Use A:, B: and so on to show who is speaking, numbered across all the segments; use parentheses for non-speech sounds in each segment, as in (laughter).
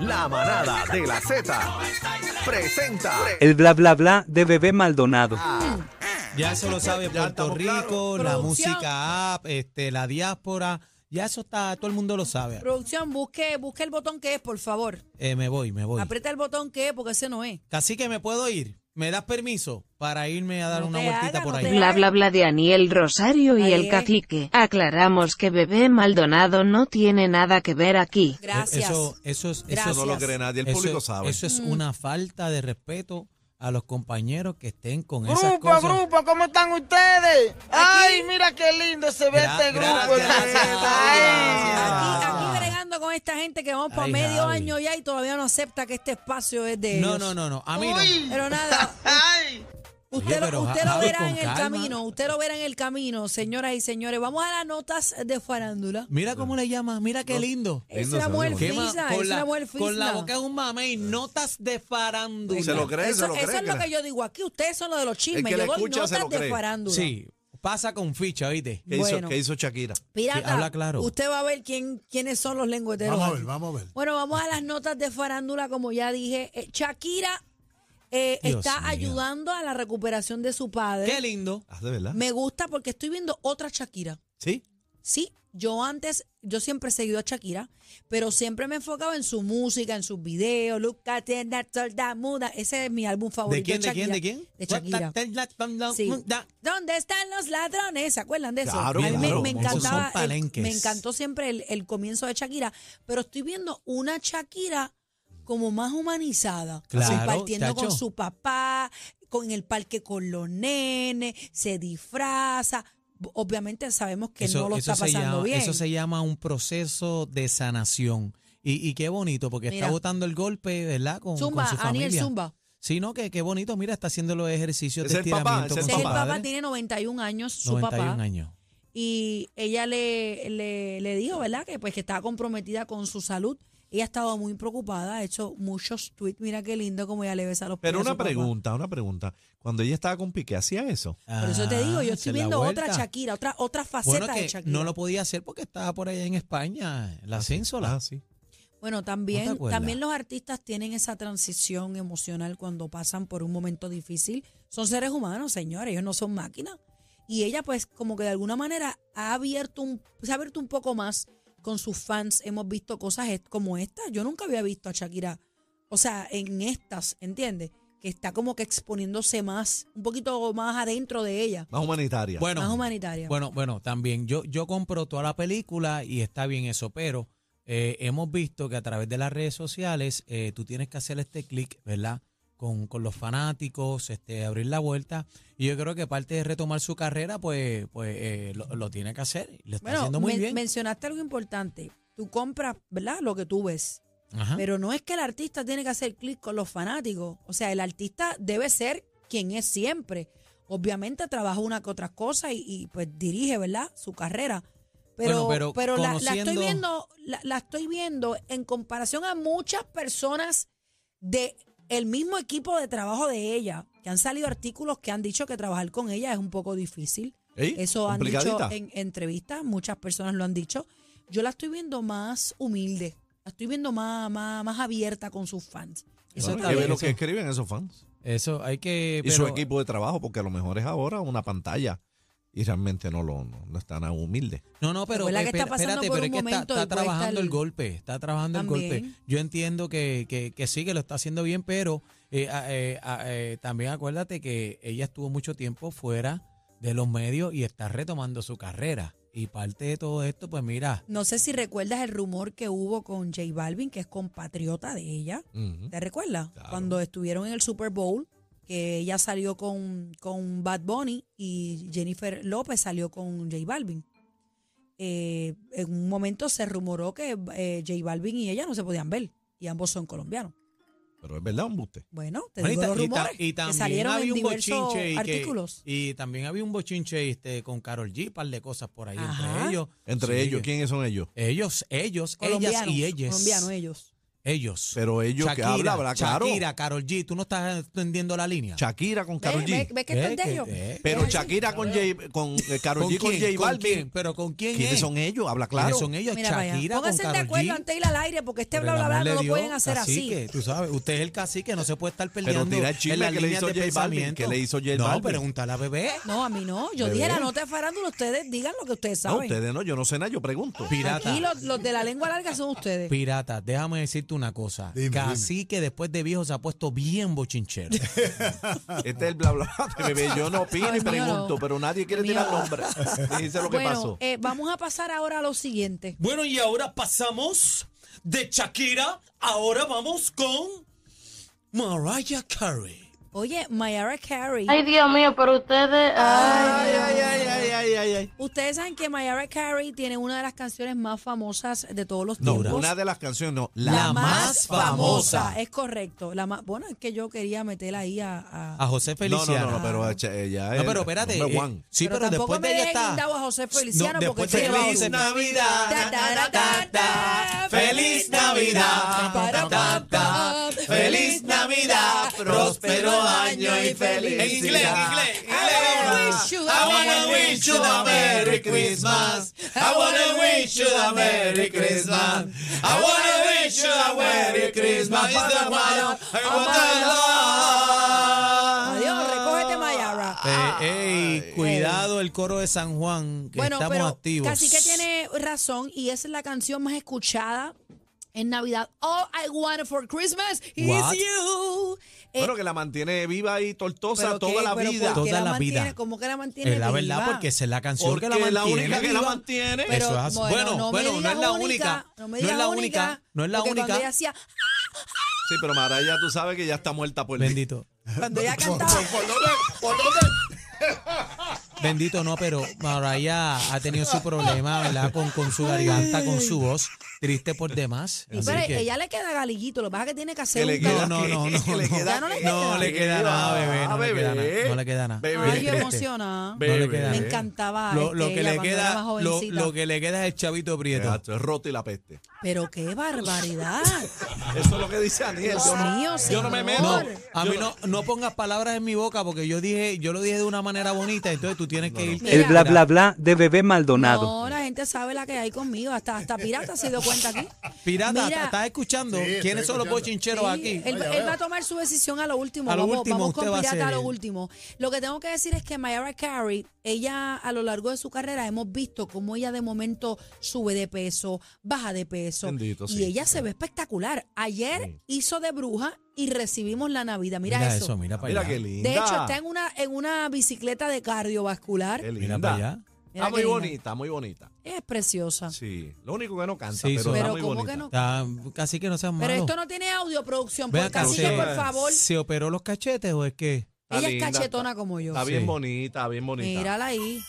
A: La manada de la Z presenta
B: El bla bla bla de bebé Maldonado.
C: Ah,
D: Ya eso lo sabe
E: ya
D: Puerto
E: estamos
D: Rico,
E: claros.
D: la
C: Producción.
D: música app, este, la diáspora. Ya eso está, todo el mundo lo sabe.
C: Producción, busque, busque el botón que es, por favor.
D: Eh, me voy, me voy.
C: Aprieta el botón que es, porque ese no es.
D: Casi que me puedo ir. ¿Me das permiso para irme a dar
C: No
D: una
C: te
D: vueltita
C: hagas,
D: por
C: no
D: ahí?
C: te
F: Bla bla bla de Aniel Rosario y
C: Ahí
F: el
C: es.
F: cacique. Aclaramos que bebé Maldonado no tiene nada que ver aquí.
D: Eh,
C: Gracias.
D: Eso, eso es, eso
C: Gracias. Mm.
D: es-
E: Eso no lo cree nadie, el
D: eso-
E: público sabe.
D: Eso es una falta de respeto a los compañeros que estén con esas cosas.
G: grupo, ¿cómo están ustedes? Ay, mira qué lindo se ve
D: Gra-
G: este grupo.
D: gracias.
C: Aquí,
D: Gracias.
C: aquí bregando con esta gente que vamos por
D: Ay,
C: medio
D: Javi.
C: año ya y todavía no acepta que este espacio es de
D: No, no,
C: ellos.
D: no, no. A mí
G: Uy.
D: no.
C: Pero nada,
G: Ay,
C: usted,
D: (laughs) Oye,
C: lo,
D: pero
C: usted lo
D: Javi,
C: verá
D: con
C: en el
D: calma.
C: camino, usted lo verá en el camino, señoras y señores. Vamos a las notas de farándula.
D: Mira cómo le llama, mira qué lindo.
C: Es
E: Lindo,
C: una mujer
E: saludo.
D: Qué ma-
C: frisa, es
D: con,
C: una
D: la,
C: mujer frisa.
D: con la boca de un mamey, notas de farándula.
E: Se lo cree, se
C: eso,
E: lo
C: eso
E: cree,
C: es lo
E: crea.
C: que yo digo aquí. Ustedes son los de los chismes.
E: que la
C: Yo doy
E: escucha se
C: notas
E: lo
C: de
E: cree.
C: farándula.
D: Sí, pasa con ficha, ¿oíste?
E: ¿Qué,
C: Bueno.
E: hizo, qué hizo Shakira?
C: Pirata,
D: Sí, habla claro.
C: usted va a ver quién, quiénes son los lengüeteros.
H: Vamos a
C: aquí.
H: ver, vamos a ver.
C: Bueno, vamos a las notas de farándula, como ya dije. Eh, Shakira eh,
D: Dios
C: está
D: mío.
C: ayudando a la recuperación de su padre.
D: Qué lindo.
E: Ah, ¿de verdad?
C: pues, Me gusta porque estoy viendo otra Shakira.
E: ¿Sí?
C: Sí, yo antes, yo siempre he seguido a Shakira, pero siempre me he enfocado en su música, en sus videos. Look at that solda muda. Ese es mi álbum favorito.
D: ¿De quién, de quién,
C: Shakira.
D: de quién?
C: De Shakira. Sí. ¿Dónde están los ladrones? ¿Se acuerdan de eso?
E: Claro,
C: A mí me,
E: claro.
C: me
E: Esos
C: encantaba.
D: son
C: el-
D: palenques.
C: me encantó siempre el, el comienzo de Shakira, pero estoy viendo una Shakira como más humanizada,
D: Claro,
C: compartiendo con
D: chacho.
C: su papá, con en el parque con los nenes, se disfraza. Obviamente sabemos que no lo está
D: se
C: pasando
D: llama,
C: bien.
D: eso se llama un proceso de sanación. Y, y qué bonito, porque
C: Mira.
D: está botando el golpe, ¿verdad? Con, con
C: Zumba,
D: su familia.
C: Aniel Zumba.
D: Sí, no, que qué bonito. Mira, está haciendo los ejercicios
E: Es
D: de
E: el papá,
D: estiramiento
C: Ese
E: es
D: con
C: es
D: su
C: el papá
D: padre.
C: tiene 91 años, su
D: 91
C: papá.
D: años.
C: y ella le, le, le dijo, ¿verdad? Que pues que estaba comprometida con su salud. Ella estaba muy preocupada, ha hecho muchos tweets. Mira qué lindo como ella le besa los pies
E: Pero
C: a
E: una
C: su papá.
E: pregunta, una pregunta. Cuando ella estaba con Piqué, ¿hacía eso?
C: Por eso te digo, yo
D: Ah,
C: estoy
D: se la
C: viendo otra
D: vuelta.
C: Shakira, otra, otra faceta
D: Bueno,
C: de
D: que
C: Shakira.
D: no lo podía hacer porque estaba por allá en España, la cénsola.
E: Ah, sí.
C: Bueno,
D: ¿No te
C: también,
D: acuerdas?
C: también los artistas tienen esa transición emocional cuando pasan por un momento difícil. Son seres humanos, señores, ellos no son máquinas. Y ella, pues, como que de alguna manera ha abierto un, se ha abierto un poco más con sus fans. Hemos visto cosas est- como esta. Yo nunca había visto a Shakira, o sea, en estas, ¿entiendes? Que está como que exponiéndose más, un poquito más adentro de ella,
E: Más humanitaria.
D: Bueno,
C: más humanitaria.
D: Bueno, bueno, también yo, yo compro toda la película y está bien eso, pero eh, hemos visto que a través de las redes sociales eh, tú tienes que hacer este clic, ¿verdad? Con, con los fanáticos, este, abrir la vuelta. Y yo creo que parte de retomar su carrera, pues, pues eh, lo, lo tiene que hacer. y Lo está
C: Bueno,
D: haciendo muy
C: men-
D: bien.
C: mencionaste algo importante. Tú compras, ¿verdad? Lo que tú ves.
D: Ajá.
C: Pero no es que el artista tiene que hacer clic con los fanáticos. O sea, el artista debe ser quien es siempre. Obviamente trabaja una que otra cosa y, y, pues dirige, ¿verdad? Su carrera. Pero,
D: Bueno, pero
C: pero la, la estoy
D: conociendo-
C: viendo, la, la estoy viendo en comparación a muchas personas de el mismo equipo de trabajo de ella, que han salido artículos que han dicho que trabajar con ella es un poco difícil.
E: Ey,
C: Eso han dicho
E: complicadita.
C: en entrevistas, muchas personas lo han dicho. Yo la estoy viendo más humilde, la estoy viendo más, más, más abierta con sus fans. Eso
E: Bueno,
C: está
E: que
D: bien,
E: ve lo
D: eso.
E: que escriben esos fans.
D: Eso hay que.
E: y su
D: pero-
E: equipo de trabajo, porque a lo mejor es ahora una pantalla. Y realmente no lo no, no están humilde.
D: No, no, pero
C: Recuerda que
D: espera-
C: está pasando
D: espérate,
C: por
D: pero es
C: un
D: que está,
C: momento
D: está
C: y puede
D: trabajando
C: estar-
D: el golpe, está trabajando el
C: También.
D: golpe. Yo entiendo que, que, que sí, que lo está haciendo bien, pero eh, a- eh, a- eh, también acuérdate que ella estuvo mucho tiempo fuera de los medios y está retomando su carrera. Y parte de todo esto, pues mira,
C: No sé si recuerdas el rumor que hubo con J Balvin, que es compatriota de ella.
E: Ujú.
C: ¿Te recuerdas? Cuando estuvieron en el Super Bowl, que ella salió con, con Bad Bunny y Jennifer López salió con J Balvin. Eh, en un momento se rumoró que eh, J Balvin y ella no se podían ver, y ambos son colombianos.
E: Pero es verdad, un buste.
C: Bueno, te
D: Bueno,
C: digo los
D: ta- ta-
C: rumores
D: y
C: que
D: también
C: salieron
D: había
C: en
D: un
C: diversos
D: bochinche y que-
C: artículos.
D: y también había un bochinche este, con Carol G, par de cosas por ahí
C: Ajá.
D: entre ellos.
E: Entre
D: Sí,
E: ellos, ¿quiénes son ellos?
D: Ellos, ellos, ellas
C: Colombianos,
D: y ellas.
C: colombianos ellos.
D: Ellos.
E: Pero ellos que
D: Shakira,
E: habla, habla claro.
D: Shakira, Carol G, tú no estás entendiendo la línea.
E: Shakira con Karol
C: ¿Ves,
E: G.
C: ves- ves que está
D: Eh,
C: el
D: que-
C: de ellos?
D: eh.
E: Pero
C: Ves así.
E: Shakira con, J, con eh, Karol G con J
D: ¿Con
E: Balvin.
D: quién? ¿Pero con quién
E: ¿Quiénes
D: es?
E: son ellos? Habla
D: ¿Quiénes
E: claro.
D: son ellos?
C: Mira para allá.
D: Shakira con
C: Pónganse de
D: Karol
C: acuerdo
D: G.
C: antes de ir al aire, porque este
D: Por
C: bla,
D: el
C: bla, bla,
D: amor de
C: no lo
D: Dios,
C: pueden hacer
D: cacique,
C: así.
D: Tú sabes, usted es el cacique, no se puede estar peleando
E: tira el chisme
D: en las
E: que le
D: líneas
E: hizo
D: de
E: J Balvin,
D: pensamiento.
E: que le hizo J
D: No,
E: Balvin.
D: pregúntale a bebé.
C: No, a mí no. Yo
E: ¿De
C: dije la
E: veras?
C: nota de farándula, ustedes digan lo que ustedes
E: No,
C: saben.
E: ustedes no, yo no sé nada, yo pregunto.
D: Pirata.
C: Aquí los, los de la lengua larga son ustedes.
D: Pirata, déjame decirte una cosa. Cacique después de viejo se ha puesto bien bochinchero.
E: Este es el bla bla bla de bebé. Yo no opino
C: Ay,
E: y
C: mío,
E: pregunto,
C: no.
E: pero nadie quiere
C: Mío,
E: tirar
C: no.
E: nombre. Dice lo que
C: Bueno,
E: pasó.
C: eh, vamos a pasar ahora a lo siguiente.
D: bueno, y ahora pasamos de Shakira, ahora vamos con Mariah Carey.
C: Oye, Mayara Carey.
H: Ay, Dios mío, pero ustedes. Ay,
C: Ustedes saben que Mayara Carey tiene una de las canciones más famosas de todos los
E: No,
C: tiempos.
E: una de las canciones, no. La,
D: La más famosa.
C: Es correcto. La más, bueno, es que yo quería meterla ahí a. a-
D: A José
E: No,
D: Feliciano.
E: no, no, no, pero eh, ella es.
D: No, pero espérate.
E: number
D: eh,
E: one.
D: sí, pero,
C: tampoco
D: después
C: me
D: de ella
C: dejes
D: está.
C: guindado a José Feliciano
D: no,
C: porque
D: después de-
C: estoy llevado.
D: Feliz Navidad.
C: Ta, ta, ra, ta, ta.
D: Feliz Navidad.
C: Pa, ra, pa, pa.
D: Feliz Navidad.
E: Próspero año y
D: En inglés,
E: felicidad.
D: en inglés, en inglés,
C: I
D: vámonos.
C: wish you
D: I
C: a
D: wanna
C: Merry
D: wish you a Merry Christmas. I wanna wish you a Merry Christmas. I wanna wish you a Merry Christmas. It's the one I want to love.
C: Adiós, recógete, Mayara.
D: cuidado el coro de San Juan, que
C: Ah. bueno,
D: estamos
C: pero
D: activos.
C: casi que tiene razón y es la canción más escuchada en Navidad. All I want for Christmas is
D: What?
C: you. Eh,
E: Bueno, que la mantiene viva y tortosa
C: pero
E: toda
C: qué,
E: la
C: pero
E: vida.
C: ¿por qué
D: Toda la
C: mantiene?
D: vida.
C: ¿Cómo que la mantiene
D: Es la verdad,
C: viva?
D: porque esa es la canción
E: Porque
D: que la
E: la
D: mantiene.
E: única que la
C: viva.
E: mantiene.
C: Pero,
D: Eso es así.
C: bueno,
D: Bueno,
C: no me
D: bueno,
C: digas
D: no es la única,
C: no, me
D: no es
C: digas
D: la única, no es la
C: porque Cuando
D: única.
C: ella, hacía,
E: Sí, pero Maraya, tú sabes que ya está muerta por dentro.
D: Bendito.
C: cuando ella cantaba,
D: Bendito no, pero Mariah ha tenido su problema, ¿verdad? Con, con su garganta, con su voz. Triste por demás.
C: y
D: Así
C: pero
D: que-
C: ella le queda galiguito, lo que pasa es que tiene que hacer
E: Que le
C: un
E: queda-
C: gallo.
D: No, no, no,
E: que le
D: no.
E: queda-
C: Ya no le
D: No
C: queda.
D: le queda nada, bebé.
E: Ah,
D: No le queda
E: bebé.
D: nada. No le queda nada.
E: Bebé.
C: Ay, yo
D: Triste.
C: emocionada.
D: No le queda
C: Me
D: nada.
C: encantaba
D: Lo, lo
C: este,
D: que
C: ella
D: le
C: cuando era
D: queda,
C: más
D: lo,
C: jovencita.
D: lo que le queda es el chavito prieto.
E: Esto es roto y la peste.
C: Pero qué barbaridad.
E: Eso es lo que dice Aniel.
C: Dios
E: Yo no-
C: mío,
E: yo no me meto.
D: No,
C: señor.
D: a mí no, no pongas palabras en mi boca porque yo dije, yo lo dije de una manera bonita, entonces tú tienes que irte.
B: El
C: Mira.
B: bla bla bla de bebé Maldonado.
C: No, la gente sabe la que hay conmigo. Hasta, hasta Pirata se dio cuenta aquí.
D: Pirata,
C: Mira,
D: ¿estás escuchando? ¿Quiénes son los bochincheros
C: sí,
D: aquí?
C: Él, él va a tomar su decisión a lo último.
D: A lo
C: vamos
D: último,
C: vamos con
D: usted va a
C: Pirata a,
D: ser
C: lo
D: él.
C: último. Lo que tengo que decir es que Mayara Carey, ella a lo largo de su carrera hemos visto cómo ella de momento sube de peso, baja de peso.
E: Bendito,
C: y
E: sí.
C: ella se ve espectacular. Ayer hizo de bruja y recibimos la Navidad. Mira, eso.
D: mira para
E: Mira
D: allá.
E: qué linda. Eh.
C: De hecho, está en una, en una bicicleta de cardiovascular.
E: Qué
D: Mira
E: linda.
D: para allá.
C: Mira
E: Está
C: qué
E: muy
C: linda.
E: bonita, muy bonita.
C: Es preciosa.
E: Sí, lo único que no canta,
D: Sí,
E: pero
D: son-
E: está
C: Pero
E: muy
C: ¿cómo
E: bonita.
C: que no?
D: Está- Casi que no seas malo.
C: Pero esto no tiene audio, producción.
D: Ven
C: Por
D: acá,
C: cacique,
D: se-
C: por favor.
D: ¿Se operó los cachetes o es que?
E: Está
C: Ella es
E: linda,
C: cachetona
E: está-
C: como yo.
E: Está bien
D: Sí.
E: bonita, bien bonita.
C: Mírala ahí.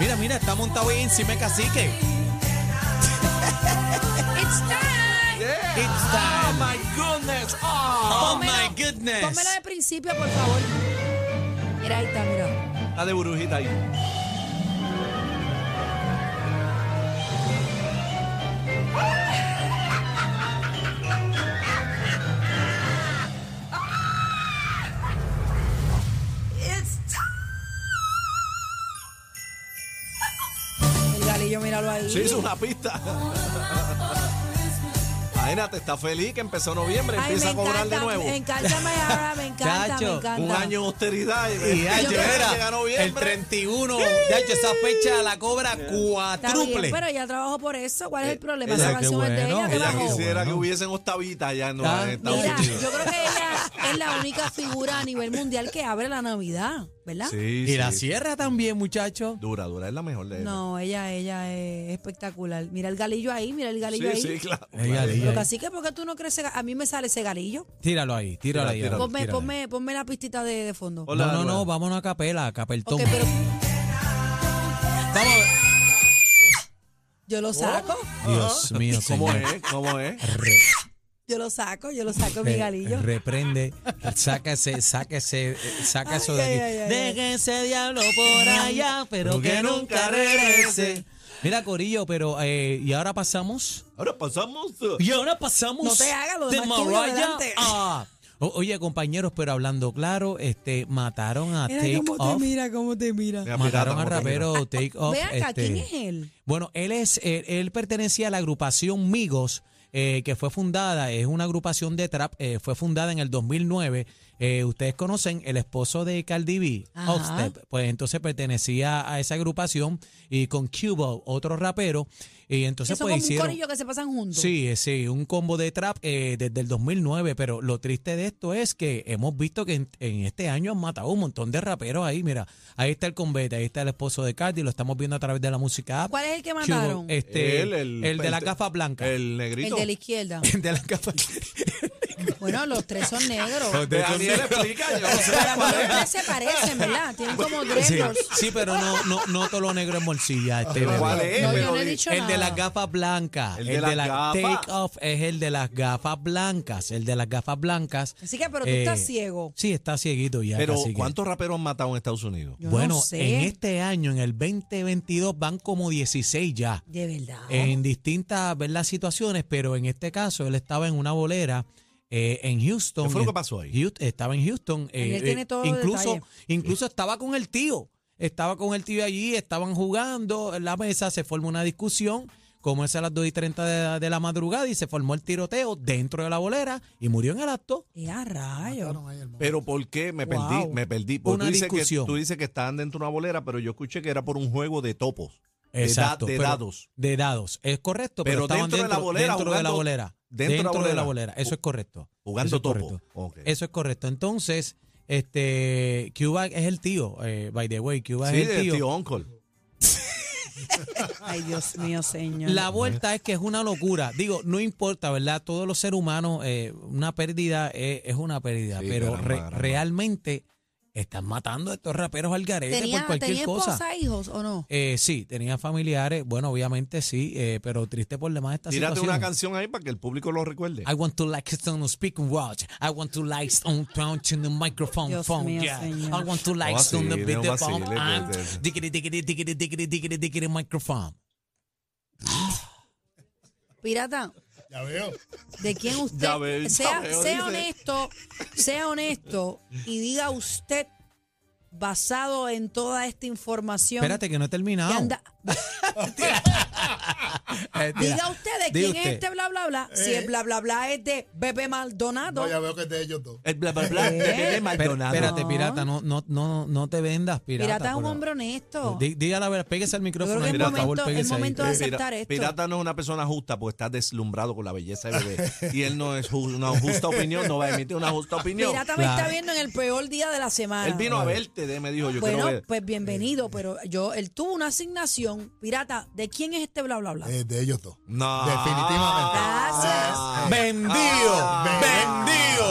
D: Mira, mira, está montado ahí encima de cacique.
C: It's time.
D: It's time. Oh my goodness. Oh, my goodness.
C: Pónmela de principio, por favor. Mira, ahí está, mira.
E: Está de burujita ahí.
C: El galillo, míralo ahí.
E: Sí, es una pista. Imagínate, está feliz que empezó noviembre,
C: Ay, me
E: empieza a cobrar
C: encanta,
E: de nuevo.
C: me encanta Mayara, me encanta,
D: Chacho,
C: me
D: un
C: encanta.
E: Un año de austeridad y,
D: Y ya,
E: y
C: yo
E: llega
D: era el
E: noviembre.
D: 31. Ya, esa fecha la cobra
C: Está bien,
D: cuatruple.
C: pero ella trabajó por eso. ¿Cuál es el problema?
E: Eh, ella-
C: Esa
E: qué
C: canción es de
D: bueno,
C: ella que
E: Ella
D: Abajo.
C: bajó.
E: quisiera
D: Bueno.
E: que hubiesen octavitas allá en
D: Ah,
E: en Estados
C: Mira,
E: Unidos.
C: yo creo que ella es la única figura a nivel mundial que abre la Navidad, ¿verdad?
E: Sí,
D: y la
E: sí.
D: sierra también, muchacho.
E: Dura, dura, es la mejor de
C: No, ella, ella es espectacular. Mira el galillo ahí, mira el galillo ahí.
E: Sí, sí, claro.
D: El galillo.
C: Lo que así que porque tú no crees, a mí me sale ese galillo.
D: Tíralo ahí, tíralo ahí.
E: Tíralo,
C: Ponme, ponme, ponme la pistita de, de fondo.
E: Hola,
D: no, no,
E: Anuel.
D: no, vámonos a capela, a capeltón.
C: Ok, pero
D: Vamos.
C: yo
D: Oh.
C: lo saco, (laughs)
D: Dios mío,
E: ¿Cómo
D: señor. Eh,
E: es? ¿Cómo
D: (laughs)
E: es?
D: Re-
C: yo lo saco, yo lo saco mi
D: re-
C: galillo.
D: eh, reprende, sáquese, sáquese, eh, saca eso de
C: Ay,
D: aquí.
C: ay, ay, ay.
D: Deje ese diablo por allá, pero que nunca regrese. Mira, Corillo, pero eh, y ahora pasamos.
E: Ahora pasamos.
D: Y ahora pasamos
C: No te hagas, lo
D: de
C: demás tuyo,
D: Mariah
C: adelante.
D: a- O- oye, compañeros, pero hablando claro, este mataron a Take
C: Mira cómo
D: Off.
C: te mira, cómo te mira.
E: Mira,
D: Mataron
E: pirata,
D: al
E: mira, mira.
D: rapero Take Off.
C: Ve acá,
D: este,
C: ¿quién es él?
D: Bueno, él es, él, él pertenecía a la agrupación Migos, eh, que fue fundada, es una agrupación de trap, eh, fue fundada en el 2009. Eh, ustedes conocen el esposo de Cardi B,
C: Ajá.
D: Offstep, pues entonces pertenecía a esa agrupación y con Cubo, otro rapero, y entonces
C: Eso
D: pues
C: como un
D: hicieron...
C: corillo que se pasan juntos.
D: Sí, eh, sí, un combo de trap eh, desde el 2009, pero lo triste de esto es que hemos visto que en, en este año han matado un montón de raperos ahí, mira, ahí está el convete, ahí está el esposo de Cardi, lo estamos viendo a través de la música app.
C: ¿Cuál es el que
D: Que hubo,
C: mataron? El,
D: Este,
E: Él,
D: el,
E: el-
D: de la
E: el-
D: gafa blanca.
E: El negrito.
C: de
D: (laughs)
C: la izquierda.
D: El (laughs) de la gafa
C: bueno, los tres son negros.
E: De Daniel explica, yo no
C: (laughs)
E: sé
C: Para mí
E: cuál
C: los
E: es.
C: tres se parecen, ¿verdad? Tienen como
D: Sí,
C: dreadlocks.
D: sí, pero no, no, no todo lo negro en morcilla. Este,
E: Pero
D: bebé.
E: ¿Cuál es?
C: No, yo
E: Pero
C: no he
E: di-
C: dicho
D: el de
C: nada.
D: las gafas blancas.
E: El
D: El,
E: de las
D: de las
E: gafas.
D: Take off es el de las gafas blancas. El de las gafas blancas.
C: Así que, pero tú
D: Eh,
C: estás ciego.
D: Sí, está cieguito ya.
E: Pero,
D: cacique.
E: ¿cuántos raperos han matado en Estados Unidos?
C: Yo
D: bueno,
C: no sé.
D: en este año, en el 2022, van como 16 ya.
C: De verdad.
D: en distintas ¿verdad? situaciones, pero en este caso él estaba en una bolera eh, en Houston.
E: ¿Qué fue lo que
D: Eh,
E: pasó ahí?
D: Houst- estaba en Houston. eh,
C: él tiene
D: eh,
C: todos los
D: incluso,
C: detalles.
D: incluso estaba con el tío. Estaba con el tío allí, estaban jugando en la mesa, se forma una discusión. Comienza a las 2 y 30 de, de la madrugada y se formó el tiroteo dentro de la bolera y murió en el acto.
C: Eh, a rayos.
E: Pero ¿por qué? Me perdí,
C: Wow.
E: me perdí. Porque
D: Una
E: tú dices, que,
D: discusión.
E: tú dices que estaban dentro de una bolera, pero yo escuché que era por un juego de topos. de da- de
D: pero-
E: dados.
D: De dados, es correcto.
E: Pero
D: Pero, estaban
E: dentro de la bolera,
D: Dentro de la
E: jugando-
D: bolera.
E: dentro de la
D: de la
E: bolera.
D: bolera. Eso es correcto.
E: Jugando
D: Eso es
E: topo.
D: correcto.
E: Ok.
D: Eso es correcto. Entonces, este, Cuba es el tío, eh, by the way, Cuba
E: Sí,
D: es
E: de
D: el tío.
E: tío Uncle.
C: Ay, Dios mío, señor.
D: La vuelta es que es una locura. Digo, no importa, ¿verdad? Todos los seres humanos, eh, una pérdida eh, es una pérdida,
E: Sí,
D: pero
E: caramba,
D: re-
E: caramba.
D: realmente están matando a estos raperos al garete por
C: ¿Tenía,
D: cualquier
C: ¿tenía
D: cosa.
C: esposa, hijos o no?
D: Eh, sí, tenía familiares, bueno, obviamente sí, eh, pero triste por demás esta
E: Tírate
D: situación.
E: una canción ahí para que el público lo recuerde.
D: I want to like it on speak and watch. I want to like on punch in the microphone
C: Dios
D: phone.
C: mío,
D: yeah.
C: señor.
D: I want to like
E: No
D: on the
E: vacile, no
D: video phone.
E: vacile,
D: and
E: pues, es-
D: diggity diggity diggity diggity diggity diggity microphone.
C: Pirata. Ya veo. ¿De quién usted?
E: Ya veo, ya
C: sea
E: veo,
C: sea
E: dice.
C: honesto, sea honesto y diga usted, basado en toda esta información.
D: Espérate que no he
C: que
D: terminado.
E: (laughs)
C: anda-
D: Eh, tira.
C: diga usted de
D: Diga
C: quién es
D: usted.
C: este bla bla bla. Si el bla bla bla es de Bebé Maldonado.
I: Eh. No, ya veo que es de ellos dos.
E: El bla bla bla
C: Eh. de Bebé
D: Espera- Espérate, pirata, no, no, no, no te vendas, pirata.
C: Pirata es un
D: pero-
C: hombre honesto.
D: Di- Diga la verdad, pégese al micrófono.
C: creo que
D: ahí,
C: es
D: por favor,
C: momento- es
D: pégese ahí.
C: momento de- aceptar esto.
E: Pirata no es una persona justa porque está deslumbrado con la belleza de bebé. Y él no es ju- una justa opinión, no va a emitir una justa opinión.
C: Pirata me
D: Claro.
C: está viendo en el peor día de la semana.
E: Él vino a verte, de- me dijo, yo quiero
C: Bueno,
E: ver.
C: pues bienvenido, pero yo, él tuvo una asignación, pirata, ¿de quién es este bla bla bla?
I: Es de ellos dos.
E: No.
I: Definitivamente.
C: Gracias.
E: Ah,
I: ¡Vendido!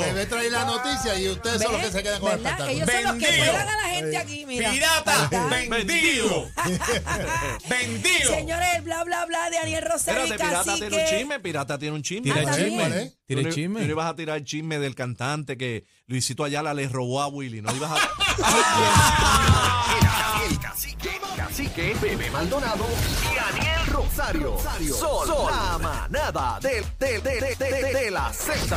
I: Debe traer la noticia y ustedes son los que se quedan con el Eh,
C: ¿Verdad? Ellos
I: espectáculo.
C: son los que juegan a la gente aquí, mira. Ahí está.
E: ¡Vendido!
C: Señores, el bla bla bla de Ariel Rosario
E: Espérate,
C: y
E: pirata tiene un
C: Cacique.
E: chisme, pirata tiene un chisme.
D: Tira
C: Ah,
D: el
C: también.
I: ¿Cuál es?
D: chisme. Tira
E: Tú
D: el
E: no-
D: chisme.
E: Tú no ibas a tirar el chisme del cantante que Luisito Ayala le robó a Willy. No ibas a.
A: El, el cacique, cacique, bebé Maldonado y Daniel Rosario. Sol, Sol, la manada del- del- del- del- de la Z.